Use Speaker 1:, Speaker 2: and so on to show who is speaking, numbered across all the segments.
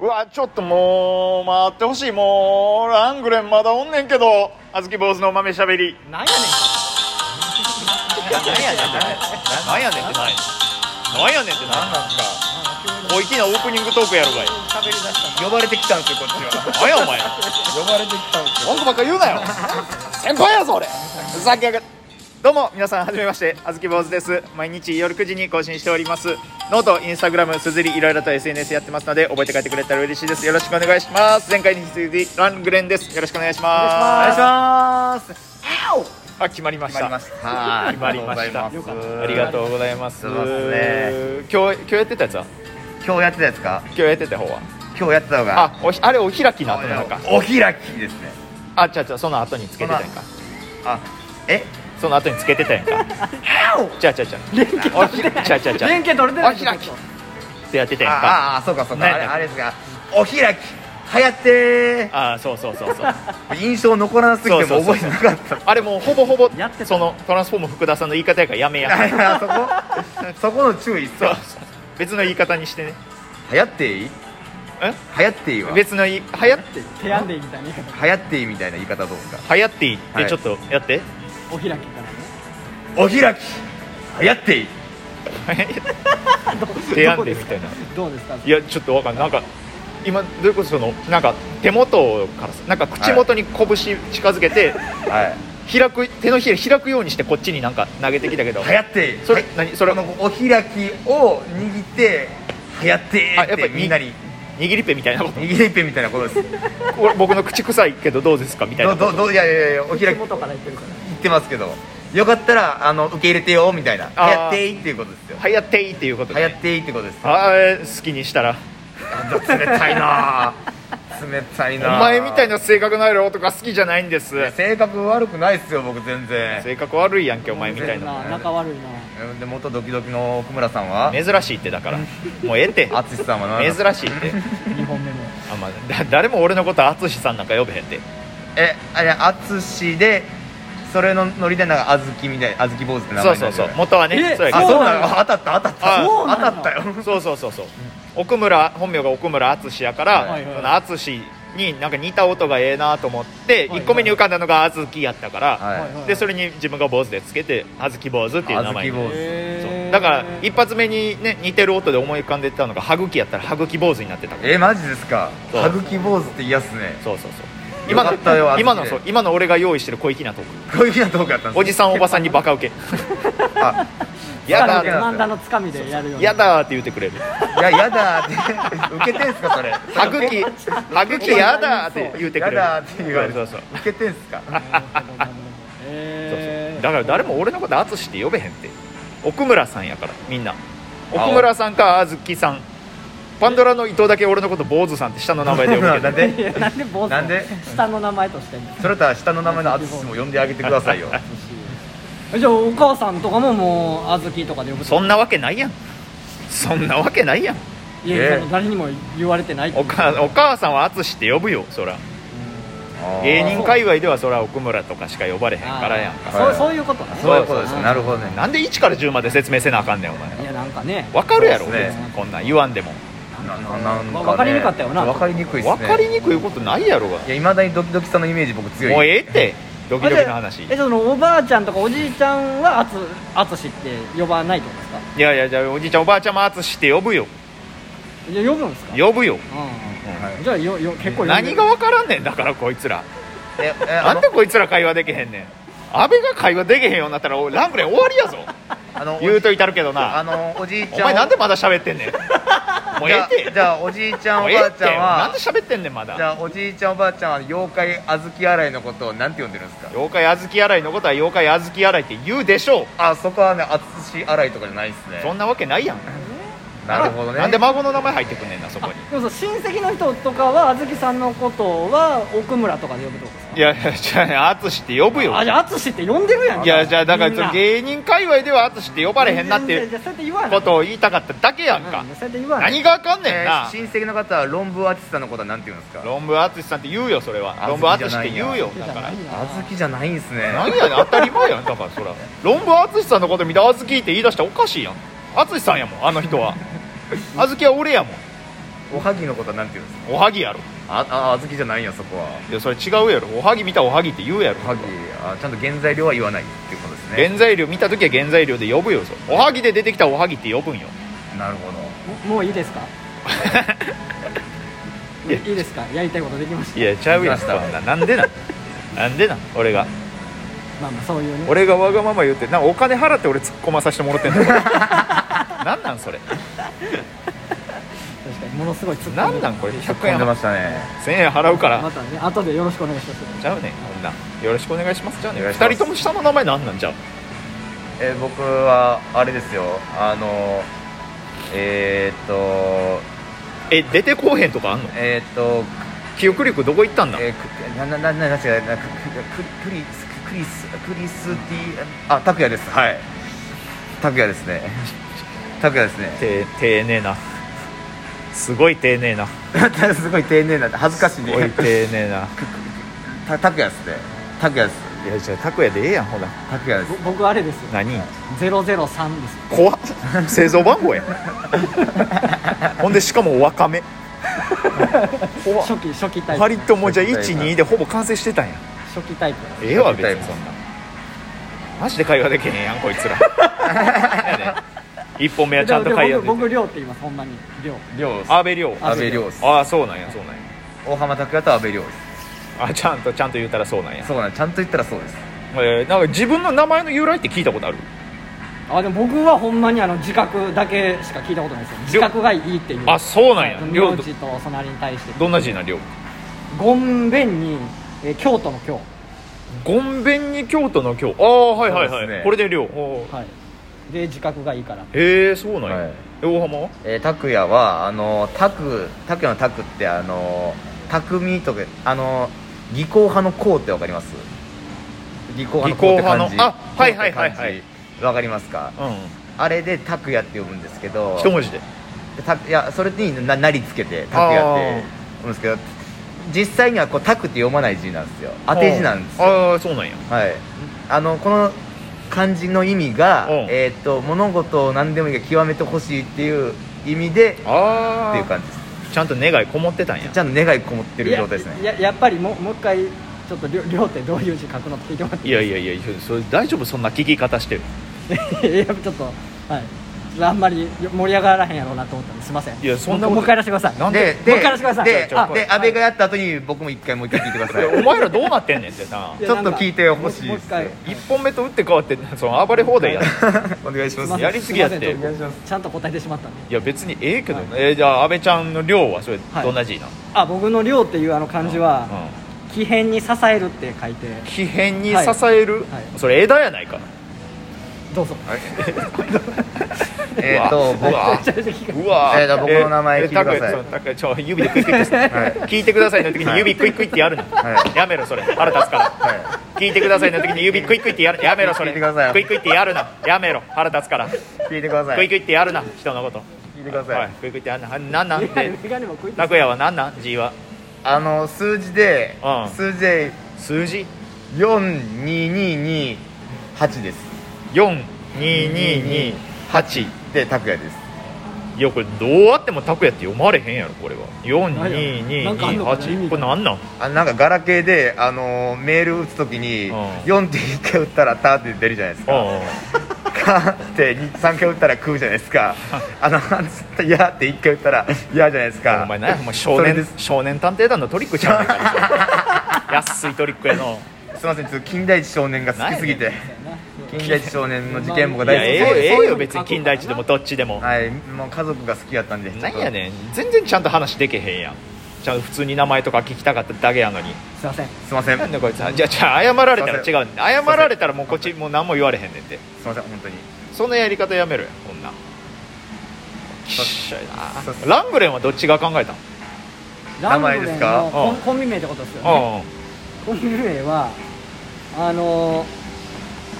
Speaker 1: うわちょっともう回ってほしいもうラングレンまだおんねんけどあずき坊主の豆しゃべり
Speaker 2: なんやねん
Speaker 3: なんやねんってなんやねんってないなんやねんって
Speaker 1: なん
Speaker 3: な
Speaker 1: なんすか小粋なオープニングトークやろがい
Speaker 2: 喋り出した
Speaker 3: い呼ばれてきたんですよこっちはなんやお前
Speaker 2: 呼ばれてきたんですよ
Speaker 1: 文句ばっか言うなよ先輩やぞ俺ふざけやがってどうも皆さんはじめましてあずき坊主です毎日夜9時に更新しておりますノートインスタグラムすずりいろいろと SNS やってますので覚えて帰ってくれたら嬉しいですよろしくお願いします前回に引き続きラングレンですよろしくお願いします
Speaker 3: ます
Speaker 1: あ決まりました
Speaker 3: 決まりましたはい
Speaker 1: 決まりました
Speaker 3: ありがとうございます
Speaker 1: ありがとうございます
Speaker 3: ありがとうござ
Speaker 1: 今
Speaker 3: います
Speaker 1: 日今日やってたやつは
Speaker 3: 今日やってたやつか
Speaker 1: 今日やってた方は
Speaker 3: 今日やってたのが
Speaker 1: あおひあれお開きの後なのか
Speaker 3: お開きですね
Speaker 1: あ違う違うその後につけてたんか
Speaker 3: あえ
Speaker 1: その後につけてたやんかちゃちゃちゃ連携おひらちゃちゃちゃ
Speaker 2: 連携取れて
Speaker 1: お
Speaker 2: ない
Speaker 1: 開きってやってたやんか
Speaker 3: あああそうかそうか
Speaker 1: ね
Speaker 3: あれあれですがお開き流行って
Speaker 1: ああそうそうそうそう
Speaker 3: ー印象残らなすぎても覚えてな かった
Speaker 1: あれもうほぼほぼ
Speaker 2: やってた
Speaker 1: そのトランスフォーム福田さんの言い方やからやめや
Speaker 3: あそこそこの注意
Speaker 1: そ
Speaker 3: そうう
Speaker 1: 別の言い方にしてね
Speaker 3: 流行っていい
Speaker 1: え
Speaker 3: 流行っていいは流
Speaker 1: 別の言い流行って
Speaker 2: 手やんでいいみたいな言い方
Speaker 3: 行っていいみたいな言い方どうか
Speaker 1: 流行っていいって
Speaker 3: はい
Speaker 1: ちょっとやって、
Speaker 2: お開きからね
Speaker 3: お開き流行っていい
Speaker 1: 手やんでみたいな
Speaker 2: どうですか
Speaker 1: いやちょっとわかんないなんか今どれこそそのなんか手元からさなんか口元に拳近づけて、
Speaker 3: はい
Speaker 1: 開く手のひら開くようにしてこっちになんか投げてきたけど
Speaker 3: 流行っていい
Speaker 1: それ
Speaker 3: はい
Speaker 1: 何それ
Speaker 3: このお開きを握って流行って
Speaker 1: あ
Speaker 3: いい
Speaker 1: やっぱ
Speaker 3: って
Speaker 1: り
Speaker 3: みんなに
Speaker 1: 握りペンみたいなこと
Speaker 3: 握りっぺみたいなことです
Speaker 1: 俺僕の口臭いけどどうですかみたいな
Speaker 3: どうどうどういやいやいやお開
Speaker 2: 手
Speaker 3: き
Speaker 2: 元から言ってるから
Speaker 3: 言ってますけどよかったらあの受け入れてよみたいな流
Speaker 1: あー
Speaker 3: 行っていいっていうことですよ
Speaker 1: 流行っていいっていうこと
Speaker 3: 流
Speaker 1: で
Speaker 3: 行っていいってことですよ
Speaker 1: あー好きにしたら
Speaker 3: 冷たいな ぁ冷たい
Speaker 1: お
Speaker 3: なぁ
Speaker 1: 前みたいな性格のある男が好きじゃないんです
Speaker 3: いや性格悪くないっすよ僕全然
Speaker 1: 性格悪いやんけお前みたいな
Speaker 2: な仲悪いな
Speaker 3: で元ドキドキの奥村さんは
Speaker 1: 珍しいってだからもうええって
Speaker 3: 淳さんは何
Speaker 1: 珍
Speaker 3: なの
Speaker 1: しいって
Speaker 2: 2本目も
Speaker 1: あ、まあ、だ誰も俺のこと淳さんなんか呼べへんって
Speaker 3: えあれ淳でそれのノリでなんか小豆みたいな小豆坊主って名
Speaker 1: そ
Speaker 3: 前
Speaker 1: うそう
Speaker 3: になる
Speaker 1: そう元はね
Speaker 2: え
Speaker 1: そうや
Speaker 3: あ
Speaker 1: けど
Speaker 3: そうなの当たった当たった
Speaker 1: あ
Speaker 2: そうなの
Speaker 3: 当たったよ
Speaker 1: そうそうそうそう奥村本名が奥村淳やから、
Speaker 2: はいはい
Speaker 1: その淳になんか似た音がええなと思って、
Speaker 2: はい
Speaker 1: 1個目に浮かんだのがあずきやったから、
Speaker 3: はい
Speaker 2: はいはい
Speaker 1: でそれに自分が坊主でつけてあずき坊主っていう名前に
Speaker 3: 小豆坊主
Speaker 2: へ
Speaker 1: そう
Speaker 2: ー
Speaker 1: だから一発目にね似てる音で思い浮かんでたのが歯茎やったら歯茎坊主になってたから
Speaker 3: えマジですか
Speaker 1: そう
Speaker 3: 歯茎坊主って嫌っすね
Speaker 1: そうそうそう
Speaker 3: よかったよ
Speaker 1: 今の
Speaker 3: あずきで
Speaker 1: そう今の俺が用意してる小粋なトー
Speaker 3: こういうのどうかやったん
Speaker 1: クおじさんおばさんにバカウ ケ
Speaker 3: あ
Speaker 1: やだー
Speaker 2: 漫画のつかみでやるよね
Speaker 1: やだーって言ってくれる
Speaker 3: いややだーって受けてんすかそれ
Speaker 1: 歯茎歯茎やだーって言ってくれる
Speaker 3: やだーって言われる
Speaker 1: そうそうそう
Speaker 3: 受けてんすか
Speaker 2: へー
Speaker 1: だから誰も俺のこと淳って呼べへんって奥村さんやからみんな奥村さんかあずきさんパンドラの伊藤だけ俺のこと坊主さんって下の名前で呼ぶけど
Speaker 3: なん
Speaker 2: い
Speaker 3: で
Speaker 2: やなんで坊主
Speaker 3: なんで
Speaker 2: 下の名前としてんの
Speaker 3: それとは下の名前の淳も呼んであげてくださいよ
Speaker 2: じゃあお母さんとかももう小豆とかで呼 ぶ
Speaker 1: そんなわけないやんそんなわけないやん
Speaker 2: いや
Speaker 3: ええ
Speaker 2: その誰にも言われてないって
Speaker 1: おかお母さんは淳って呼ぶよそら
Speaker 3: あー
Speaker 1: 芸人界隈ではそら奥村とかしか呼ばれへん
Speaker 2: あー
Speaker 1: からやんか
Speaker 2: そうそういうことね
Speaker 3: そういうことですねなるほどね
Speaker 1: なんで1から10まで説明せなあかんねんお前
Speaker 2: いやなんかね
Speaker 1: わかるやろ、
Speaker 3: そうっすね
Speaker 1: 別にこんなん言わんでも
Speaker 3: なななんね
Speaker 2: わかりにくかったよな
Speaker 3: わかりにくいっすね
Speaker 1: わかりにくいことないやろが
Speaker 3: いやいまだにドキドキさんのイメージ僕強い
Speaker 1: もうええ ってドキドキの
Speaker 2: あ
Speaker 1: 話
Speaker 2: じゃあえそのおばあちゃんとかおじいちゃんはあつあつしって呼ばないってことですか
Speaker 1: いやいやじゃあおじいちゃんおばあちゃんも淳って呼ぶよ
Speaker 2: じゃあ呼ぶんですか
Speaker 1: 呼ぶよ
Speaker 3: はい
Speaker 2: うんじゃあよよ結構呼ぶ
Speaker 1: 何が分からんねんだからこいつら
Speaker 3: ええあ
Speaker 1: な
Speaker 3: の
Speaker 1: んでこいつら会話できへんねん安倍が会話できへんようになったらおいラングレン終わりや ぞ
Speaker 3: あの
Speaker 1: 言うといたるけどな
Speaker 3: あのおじいちゃ
Speaker 1: お
Speaker 3: ん
Speaker 1: 前なんでまだ喋ってんねんもう
Speaker 3: じ
Speaker 1: え
Speaker 3: ゃあ
Speaker 1: えって
Speaker 3: じゃあおじいちゃん
Speaker 1: も
Speaker 3: お
Speaker 1: うええ
Speaker 3: ばあ
Speaker 1: っ
Speaker 3: ち
Speaker 1: て
Speaker 3: ゃん
Speaker 1: なん
Speaker 3: は
Speaker 1: で喋ってんねんまだ
Speaker 3: じゃあおじいちゃんおばあちゃんは妖怪小豆洗いのことをなんて呼んでるんですか
Speaker 1: 妖怪小豆洗いのことは妖怪小豆洗いって言うでしょう
Speaker 3: あそこはね淳洗いとかじゃないです
Speaker 1: そ
Speaker 3: ね
Speaker 1: んなわけないやん
Speaker 3: なるほどね
Speaker 1: なんで孫の名前入ってくんねんなそこに
Speaker 2: でもそう親戚の人とかはあずきさんのことは奥村とかで呼ぶってことですか
Speaker 1: いやいやじゃあ淳って呼ぶよ
Speaker 2: あじゃあ淳って呼んでるやん
Speaker 1: いやじゃあだから
Speaker 2: み
Speaker 1: そ
Speaker 2: んな
Speaker 1: の芸人界隈では淳って呼ばれへんなっていう
Speaker 2: じゃあそうやって言わない
Speaker 1: ことを言いたかっただけやんか
Speaker 2: うんそうやって言わない
Speaker 1: 何があかんねん
Speaker 3: え
Speaker 1: な
Speaker 3: ー親戚の方は論文淳さんのことはなんて言うんですか
Speaker 1: 論文淳さんって言うよそれは論
Speaker 3: あず
Speaker 1: 文
Speaker 3: きじ
Speaker 1: 淳っ
Speaker 3: ゃな
Speaker 1: て
Speaker 3: いんや
Speaker 1: 言うよ
Speaker 2: いや
Speaker 1: だ
Speaker 2: じ
Speaker 1: か
Speaker 2: ゃな
Speaker 1: ら
Speaker 2: いやん
Speaker 3: 小豆じゃないんですね
Speaker 1: 何やねん当たり前やんだからそら論文淳さんのこと見て 小豆って言い出したらおかしいやん淳さんやもんあの人は小豆は俺やもん
Speaker 3: おはぎのことはなんて言うんですか
Speaker 1: おはぎやろ
Speaker 3: あああずきじゃないんやそこはい
Speaker 1: やそれ違うやろおはぎ見たおはぎって言うやろ
Speaker 3: おはぎあちゃんと原材料は言わないっていうことですね
Speaker 1: 原材料見た時は原材料で呼ぶよそれおはぎで出てきたおはぎって呼ぶんよ
Speaker 3: なるほど
Speaker 2: もういいですかいいいですかやりたいことできまし
Speaker 1: いやちゃうやん
Speaker 3: 来ました
Speaker 1: そんななんでなんなんでなん俺が
Speaker 2: たまあまあそう いうね
Speaker 1: 俺がわがまま言ってなんかお金払って俺突っ込まさせてもらってんのなんなんそれ
Speaker 2: 確かにものすごい突っ込
Speaker 1: なん
Speaker 2: で
Speaker 1: なんこれ100
Speaker 3: 飛
Speaker 1: 円
Speaker 3: んで
Speaker 1: 払
Speaker 3: ま
Speaker 1: う
Speaker 3: したね
Speaker 1: 1000円払うから
Speaker 2: またね後でよろしくお願いします
Speaker 1: ちゃうねこんなんよろしくお願いしますじゃあね
Speaker 3: お願いしま
Speaker 1: 2
Speaker 3: す
Speaker 1: 人とも下の名前なんなんじゃう
Speaker 3: えー僕はあれですよあのえー、っと
Speaker 1: え出てこうへんとかあんの
Speaker 3: えー、っと
Speaker 1: 記憶力どこ行ったんだ
Speaker 3: えー、くなななななんすかなくくクリスクリスクリスティあ拓也ですはい拓也ですね拓也ですね
Speaker 1: て丁寧なすごい丁寧な
Speaker 3: すごい丁寧なんで恥ずかしい
Speaker 1: すごい
Speaker 3: ね
Speaker 1: 丁寧 な
Speaker 3: た拓也ですね拓也です
Speaker 1: いやじゃあ拓也でええやんほら
Speaker 3: 拓也です
Speaker 2: ぼ僕あれですよ
Speaker 1: 何
Speaker 2: 003です
Speaker 1: 怖っ製造番 号やんほんでしかも若め怖っ
Speaker 2: 初期初期タイプ
Speaker 1: 2人ともじゃあ12でほぼ完成してたんや
Speaker 2: 初期タイプ
Speaker 1: ええわ別
Speaker 3: 絶対
Speaker 1: にそんなマジで会話できへんやんこいつら なんやねん一本目はちゃんと会
Speaker 2: で
Speaker 1: 話
Speaker 2: も
Speaker 1: でき
Speaker 2: でも僕
Speaker 1: て
Speaker 2: 僕亮って言いますほんまに亮
Speaker 3: 亮です
Speaker 1: 阿部亮
Speaker 3: 安倍亮です
Speaker 1: ああそうなんやそうなんや
Speaker 3: 大浜拓也と阿部亮です
Speaker 1: あちゃんとちゃんと言うたらそうなんや、
Speaker 3: そうなんちゃんと言ったらそうです
Speaker 1: えーなんか自分の名前の由来って聞いたことある
Speaker 2: あでも僕はほんまにあの自覚だけしか聞いたことないですよ自覚がいいっていう
Speaker 1: あそうなんや亮
Speaker 2: 名
Speaker 1: ど
Speaker 2: 字とそなりに対して
Speaker 1: どんな字なん亮
Speaker 2: ごんべんに、えー京都の京
Speaker 1: ごんべんに京都の京ああはいはい
Speaker 3: そう
Speaker 1: はい、
Speaker 3: ですね
Speaker 1: これで亮おー
Speaker 2: はいで自覚がいいか
Speaker 1: へ
Speaker 2: ら
Speaker 1: えそうなんや、
Speaker 3: はい
Speaker 1: え大浜は
Speaker 3: えー、拓也はあの拓拓也の拓ってあの匠とかあの技巧派の功ってわかります技巧派の功って漢
Speaker 1: 技巧
Speaker 3: 字
Speaker 1: 派のあはいはいはいはい
Speaker 3: 功って漢字わかりますか
Speaker 1: う
Speaker 3: あれで拓也って呼ぶんですけど
Speaker 1: ん一文字で
Speaker 3: でたいやそれにななりつけて拓也って呼ぶんですけど実際にはこう拓って読まない字なんですよ当て字なんですよ
Speaker 1: ああそうなんや
Speaker 3: はい、あのこの漢字の意味が、
Speaker 1: うん
Speaker 3: えー、と物事を何でもいいが極めてほしいっていう意味でっ
Speaker 1: あ
Speaker 3: てい
Speaker 1: あ
Speaker 3: う感じです
Speaker 1: ちゃんと願いこもってたんや
Speaker 3: ちゃんと願いこもってる
Speaker 2: や
Speaker 3: 状態ですね
Speaker 2: ややっぱりもうもう一回ちょっと亮亮ってどういう字書くのって聞いてもらって
Speaker 1: いやいやいやそれ大丈夫そんな聞き方してる
Speaker 2: い やちょっとはいちょっとあんまり盛り上がらへんやろうなと思ったんですいません
Speaker 1: いやそんなこと
Speaker 2: もう一回やらせてください
Speaker 1: なん
Speaker 3: で
Speaker 1: で
Speaker 2: もう一回やらせてください
Speaker 3: で
Speaker 1: じゃあ
Speaker 3: で安倍がやった後に僕も一回もう一回聞いてください
Speaker 1: お前らどうなってんねんってない
Speaker 2: や
Speaker 3: ちょっと聞いてほしいです
Speaker 2: もう一回
Speaker 1: 一本目と打って変わってその暴れ放題や
Speaker 3: お願いしますす
Speaker 2: いません
Speaker 1: やりすぎやって
Speaker 2: すいませんちょっとちゃんと答えてしまったんで
Speaker 1: いや別にええけどね、えーじゃあ安倍ちゃんの量はそれ
Speaker 2: はい
Speaker 1: どんな字なの、
Speaker 2: あ僕の亮っていうあの漢字は
Speaker 1: う
Speaker 2: 奇変に支えるって書いて
Speaker 1: ん木片に支える、
Speaker 2: はいはい
Speaker 1: それ枝やないか
Speaker 2: どうぞ
Speaker 3: えっと
Speaker 1: う
Speaker 3: 僕
Speaker 1: わ
Speaker 2: ちょっと聞いう
Speaker 1: わ
Speaker 3: えーだから僕の名前聞いてください
Speaker 1: えー拓也ちょ指でクイックイック
Speaker 3: はい
Speaker 1: 聞いてくださいの時に
Speaker 3: はい
Speaker 1: 指クイックイってやるの、
Speaker 3: はい
Speaker 1: やめろそれ腹立つから、
Speaker 3: は
Speaker 1: 聞いてくださいの時に指クイックイってやるやめろそれ
Speaker 3: 聞いてくださいよ
Speaker 1: クイックイってやるなやめろ腹立つから、
Speaker 3: い聞いてくださ
Speaker 1: クイ
Speaker 3: い
Speaker 1: クイってやるな人のこと
Speaker 3: 聞いてください、
Speaker 1: はいクイクイってやるなあなんなん
Speaker 2: や
Speaker 1: で
Speaker 2: メガネも食いついて
Speaker 1: 拓也はなんなん G は
Speaker 3: あの数字で、
Speaker 1: うん
Speaker 3: 数字で
Speaker 1: 数字
Speaker 3: 42228です
Speaker 1: 42228
Speaker 3: で拓也です
Speaker 1: いやこれどうあっても拓也って読まれへんやろこれは
Speaker 2: なんかあんのかな意味
Speaker 1: 42228
Speaker 2: が
Speaker 1: これなんなん
Speaker 3: あなんかガラケーで、あのーメール打つときに
Speaker 1: うん
Speaker 3: 4って1回打ったら「た」って出るじゃないですか
Speaker 1: あ
Speaker 3: 「か」って3回打ったら「食う」じゃないです か「あの「や」って1回打ったら「や」じゃないです
Speaker 1: あ
Speaker 3: か
Speaker 1: お前なお前少
Speaker 3: それ
Speaker 1: 年
Speaker 3: です
Speaker 1: 少年探偵団のトリックちゃうねんから安いトリックや の
Speaker 3: すいませんちょっと近代一少年が好きすぎて近代一少年の事件簿が
Speaker 1: いや
Speaker 3: 大好
Speaker 1: ええよ
Speaker 3: きで
Speaker 1: ええ
Speaker 2: そういう
Speaker 1: よ
Speaker 2: の
Speaker 1: 別に近代一でもどっちでも
Speaker 3: はいもう家族が好きやったんで
Speaker 1: なんやねん全然ちゃんと話できへんやんちゃんと普通に名前とか聞きたかっただけやのに
Speaker 2: すいません
Speaker 3: すいませんす
Speaker 1: ないんでこいつじゃあじゃあ謝られたら
Speaker 3: すい
Speaker 1: 違う謝られたらもうこっちもう何も言われへんねんて
Speaker 3: ません本当に
Speaker 1: そのやり方やめろやこんなんきっしょいなラングレンはどっちが考えた
Speaker 3: 名前ですか
Speaker 2: ランブレンのコン
Speaker 1: うん
Speaker 2: コンビ名ってことですよね
Speaker 1: のうん
Speaker 2: コンビ名はあのー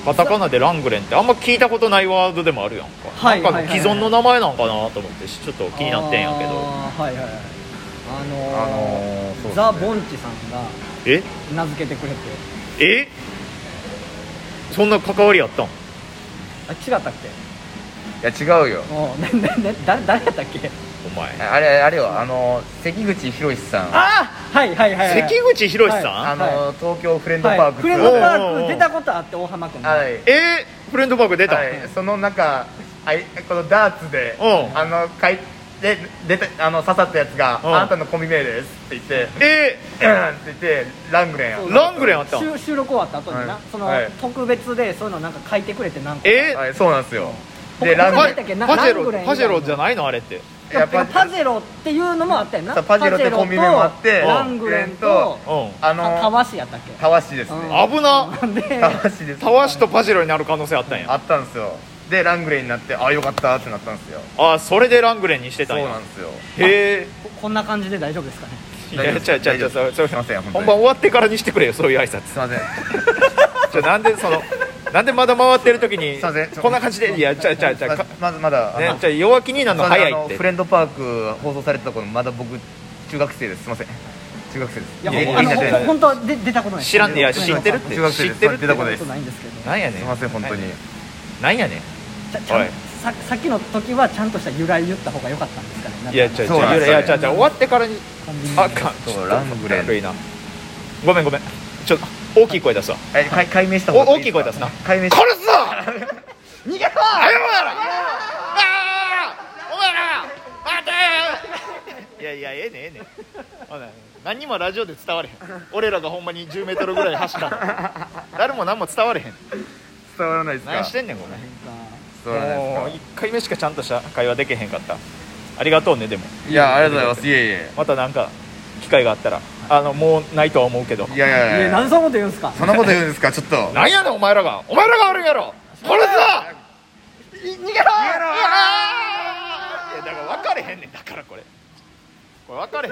Speaker 1: カタカナでラングレンってあんま聞いたことないワードでもあるやんか、
Speaker 2: はい
Speaker 1: なんか
Speaker 2: はいはい
Speaker 1: 既存の名前なんかなと思ってちょっと気になってんやけど
Speaker 2: あーはいはいはいあのー
Speaker 3: あのーそうですね
Speaker 2: ザ・ボンチさんが
Speaker 1: え
Speaker 2: 名付けてくれて
Speaker 1: えそんな関わりあったん
Speaker 2: あ違ったっけ
Speaker 3: いや違うよ
Speaker 2: おうねねね誰誰やったっけ
Speaker 1: お前
Speaker 3: あれあれよあの関口宏さん
Speaker 1: あ
Speaker 2: はいはいはいはい
Speaker 1: 関口宏さん、
Speaker 3: あの、
Speaker 2: は
Speaker 3: 東京フレンドパ
Speaker 2: は
Speaker 3: ー
Speaker 2: い
Speaker 3: ク
Speaker 2: フレンドパーク出たことあって大浜君が
Speaker 3: はい
Speaker 1: えー、フレンドパーク出た、
Speaker 3: はい、その中あいこのダーツで
Speaker 1: うん
Speaker 3: あのかいで出てあの刺さったやつが「
Speaker 1: うん
Speaker 3: あなたのコンビ名です」って言って「
Speaker 1: え
Speaker 3: うんって言ってラングレンや
Speaker 1: ー、ラングレンあったん
Speaker 2: 収収録終わった後にな、
Speaker 3: はい
Speaker 2: その、
Speaker 3: はい
Speaker 2: 特別でそういうのなんか書いてくれてなんか
Speaker 1: え
Speaker 3: はい、そうなんですよで
Speaker 2: 他
Speaker 3: ラ
Speaker 1: パ
Speaker 3: ングレ
Speaker 2: にもやったっけな
Speaker 1: パジェ
Speaker 2: ラングレ
Speaker 1: ロ
Speaker 2: ン以外の
Speaker 1: パジェロじゃないのあれって
Speaker 3: ンやっぱ
Speaker 2: パゼロっていうのもあったよ
Speaker 3: そ
Speaker 2: な
Speaker 3: うパゼロってコンビ名もあって
Speaker 2: パゼロとラングレンと
Speaker 3: ラ
Speaker 1: うん
Speaker 3: あ
Speaker 2: たた
Speaker 3: の
Speaker 2: わしやったっけ
Speaker 3: たわしですね
Speaker 1: 危な
Speaker 2: で
Speaker 3: たわしです
Speaker 1: たわしとパジェロになる可能性あったんや
Speaker 3: あったんですよでラングレンになってあよかったってなったんですよ
Speaker 1: あそれでラングレンにしてた
Speaker 3: そうん
Speaker 1: や
Speaker 3: なんですよ
Speaker 1: へ
Speaker 2: こんな感じで大丈夫ですかね
Speaker 1: えい
Speaker 3: 大丈夫
Speaker 1: や
Speaker 3: で
Speaker 1: ちゃう
Speaker 3: す
Speaker 1: ちゃうちゃう
Speaker 3: 大丈夫です
Speaker 1: それ
Speaker 3: すいません本当
Speaker 1: 本
Speaker 3: に
Speaker 1: 番終わってからにしてくれよそういう挨拶
Speaker 3: すいません
Speaker 1: じゃなんでそのなんでまだ回ってる時に
Speaker 3: すいませんちょ
Speaker 1: こんな感じでいやちゃうちゃうちゃう
Speaker 3: ま
Speaker 1: か
Speaker 3: まずまだあ
Speaker 1: ね
Speaker 3: の
Speaker 1: じゃあ弱気になるの早い
Speaker 3: あ
Speaker 1: っ
Speaker 3: の
Speaker 1: て
Speaker 3: フレンドパーク放送されてた頃まだ僕中学生ですすいません中学生です
Speaker 2: いや
Speaker 1: いや
Speaker 2: ほ
Speaker 1: み
Speaker 2: んあの
Speaker 1: んなで
Speaker 2: ほん本当はで出たことない
Speaker 1: 知らんねいや知ってるって
Speaker 3: 中学生です
Speaker 1: 知ってるって
Speaker 3: 出た
Speaker 2: 出た
Speaker 3: こ
Speaker 2: ことと
Speaker 3: です
Speaker 2: ないんですけど
Speaker 1: なんやね
Speaker 3: すいません本当に
Speaker 1: なんやね
Speaker 2: ちゃちゃ
Speaker 1: お
Speaker 2: ん
Speaker 1: い
Speaker 2: ささっきの時はちゃんとした由来言った方が良かったんですかねなんか
Speaker 1: いやちゃうち
Speaker 3: そうな
Speaker 1: ゃ
Speaker 3: ん
Speaker 1: う
Speaker 3: です
Speaker 1: い
Speaker 3: よ
Speaker 1: やちゃうちゃう終わってからに
Speaker 2: コンビニで
Speaker 1: あかん
Speaker 3: そう
Speaker 1: ちょっと
Speaker 3: ラングレン
Speaker 1: 悪いなごめんごめんちょっと大きい声出すわ
Speaker 3: えかい解明した方が
Speaker 1: お大きい声出すな
Speaker 3: 解明し
Speaker 1: 殺すぞ逃げろあやお前らあーお前ら待てーいやいやええねええねほな何にもラジオで伝われへん俺らがほんまに1 0ルぐらい走ったの誰も何も伝われへん
Speaker 3: 伝わらないですか
Speaker 1: 何してんねんこれ
Speaker 3: 伝わら
Speaker 1: も
Speaker 3: な
Speaker 1: う
Speaker 3: いで
Speaker 1: 1回目しかちゃんとした会話できへんかったありがとうねでも
Speaker 3: すかいやありがとうございますいえいえ
Speaker 1: またなんか機会があったらあのもうないとは思うけど
Speaker 3: いやいやい
Speaker 2: い
Speaker 3: や
Speaker 2: やなんでそんなこと言うんですか
Speaker 3: そんなこと言うんですかちょっと逃
Speaker 1: なんやねんお前らがお前らが悪いやろ殺すぞ
Speaker 2: 逃げろ
Speaker 1: いやだから分かれへんねんだからこれこれ分かれへん